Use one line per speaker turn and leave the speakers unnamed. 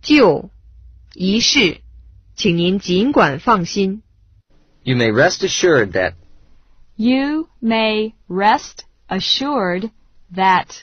就一事，请您尽管放心。
You may rest assured that
You may rest assured that